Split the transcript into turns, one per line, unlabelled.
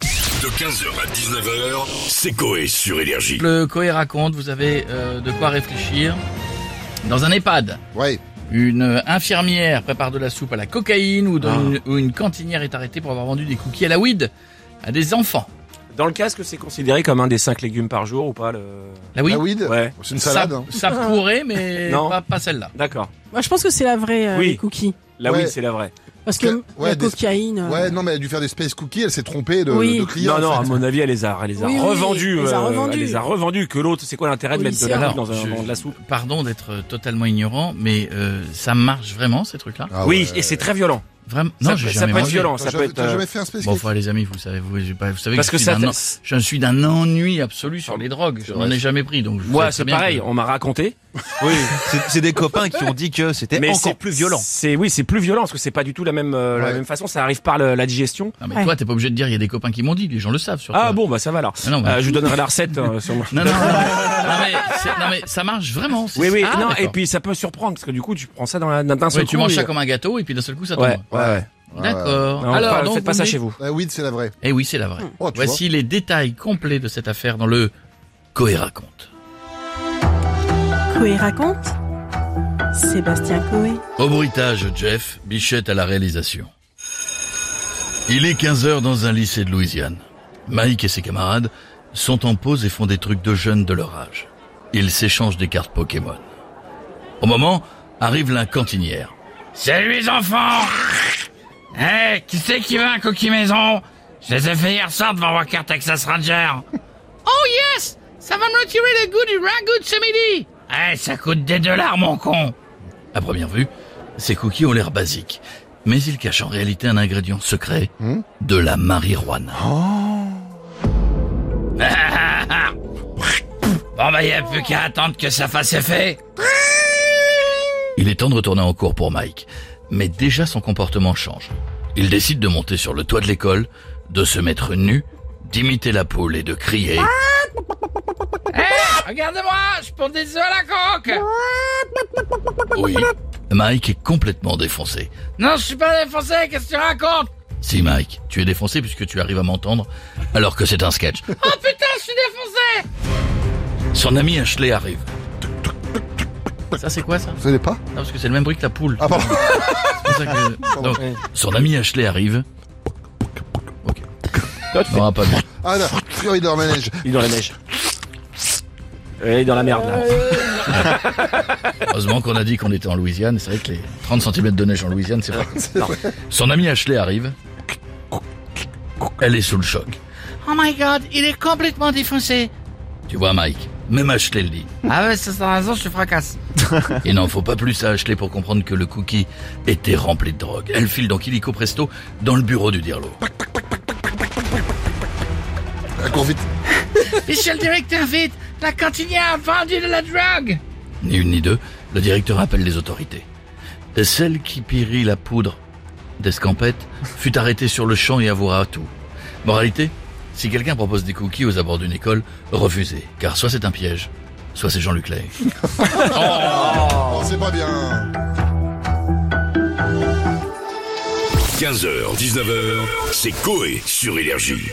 De 15h à 19h, c'est Coé sur Énergie.
Le Coé raconte, vous avez euh, de quoi réfléchir. Dans un EHPAD,
Ouais.
une infirmière prépare de la soupe à la cocaïne ou,
Ah.
dans une, ou une cantinière est arrêtée pour avoir vendu des cookies à la weed à des enfants.
Dans le casque, c'est considéré comme un des cinq légumes par jour ou pas le...
La weed,
La weed
Ouais.
C'est une
ça-
salade. hein.
ça, pourrait, mais
Non.
pas, pas celle-là.
D'accord.
Moi, je pense que c'est la vraie euh,
Oui.
les cookies.
Là,
Ouais.
oui, c'est la vraie.
Parce que
Ouais,
la
des-
cocaïne. euh,
Ouais, non, mais elle a dû faire des space cookies, elle s'est trompée de,
Oui.
de client.
non, non,
en
à
fait.
mon avis, elle les a, elle les a
Oui, oui,
revendus.
elle les a revendus.
elle les a revendus. Que l'autre, c'est quoi l'intérêt de
Au
mettre de
lycée,
la
alors.
soupe dans un
Je-
dans de la soupe
Pardon d'être euh, totalement ignorant, mais euh, ça marche vraiment ces trucs-là.
Ah
Oui,
ouais.
et c'est très violent.
Vraiment
Ça
Non,
peut-
j'ai
ça
jamais
peut être
mangé.
violent,
T'as
ça peut
jamais-
être.
t'as
euh,
jamais fait un space
Bon,
cookie
enfin les amis, vous savez, vous, j'ai pas- vous savez
Parce
que,
que
je suis
ça. Ah,
d'un en-
c'est-
je suis d'un ennui absolu sur les drogues. Je
C'est
n'en
vrai.
ai jamais pris, donc je vous
Moi,
savez
c'est
très bien
pareil.
que-
On m'a raconté. Oui.
C'est- C'est des copains qui ont dit que c'était
c'est-
encore plus violent.
C'est oui, c'est plus violent parce que c'est pas du tout la même euh, la
Ouais.
même façon. Ça arrive par le- la digestion.
Non mais
Ouais.
toi, t'es pas obligé de dire. Il y a des copains qui m'ont dit. Les gens le savent sur
Ah
toi.
bon, bah ça va alors.
Ah non, bah.
Euh, je vous donnerai la recette. euh, sur...
Non, non, non, non, non, mais, c'est- non, mais ça marche vraiment. c'est-
Oui, oui.
Ah,
non,
d'accord.
et puis ça peut surprendre parce que du coup, tu prends ça dans la, d'un seul
Ouais, tu
coup,
manges ça
et-
comme un gâteau et puis d'un seul coup ça tombe.
Ouais, ouais, ouais.
D'accord.
Non,
Alors,
pas-
donc,
faites pas
vous
ça
me
chez
dites-
vous.
La weed, c'est la vraie.
Eh oui, c'est la vraie.
Oh, tu
Voici les détails complets de cette affaire dans le Coé raconte.
Coé raconte. Sébastien Coé.
Au bruitage, Jeff, Bichette à la réalisation. Il est 15h dans un lycée de Louisiane. Mike et ses camarades sont en pause et font des trucs de jeunes de leur âge. Ils s'échangent des cartes Pokémon. Au moment, arrive la cantinière. Salut les enfants Hé, Eh, qui c'est qui veut un cookie maison Je les ai fait hier soir devant Walker Texas Ranger. Oh yes Ça va me retirer le goût du ragoût de ce midi Eh, ça coûte des dollars mon con à première vue, ces cookies ont l'air basiques, mais ils cachent en réalité un ingrédient secret de la marijuana. bon bah y a plus qu'à attendre que ça fasse effet. Il est temps de retourner en cours pour Mike, mais déjà son comportement change. Il décide de monter sur le toit de l'école, de se mettre nu, d'imiter la poule et de crier. regardez-moi, je porte des œufs à la coque. Oui. Mike est complètement défoncé. Non, je suis pas défoncé, qu'est-ce que tu racontes Si Mike, tu es défoncé puisque tu arrives à m'entendre alors que c'est un sketch. oh putain, je suis défoncé Son ami Ashley arrive. Ça c'est quoi ça
Vous savez pas
Non parce que c'est le même bruit que la poule.
Ah, pardon.
C'est pour ça que- Donc, son ami Ashley arrive. Ok. Non, ah, pas bien.
Ah, là, il leur manège.
Il est dans la neige. Et il est dans la merde là.
Heureusement qu'on a dit qu'on était en Louisiane. C'est vrai que les 30 cm de neige en Louisiane, c'est pas. Non. Son ami Ashley arrive. Elle est sous le choc.
Oh my god, il est complètement défoncé.
Tu vois, Mike, même Ashley le dit.
Ah ouais, ça, ça raison, je te fracasse.
Il n'en faut pas plus à Ashley pour comprendre que le cookie était rempli de drogue. Elle file donc illico presto dans le bureau du dirlo.
La courvite.
Monsieur le directeur, vite, la cantinière a vendu de la drogue.
Ni une ni deux, le directeur appelle les autorités. Celle qui pirit la poudre d'escampette fut arrêtée sur le champ et avouera tout. Moralité, si quelqu'un propose des cookies aux abords d'une école, refusez, car soit c'est un piège, soit c'est Jean-Luc Lay.
Oh, c'est pas bien.
15h, 19h, c'est Coé sur Énergie.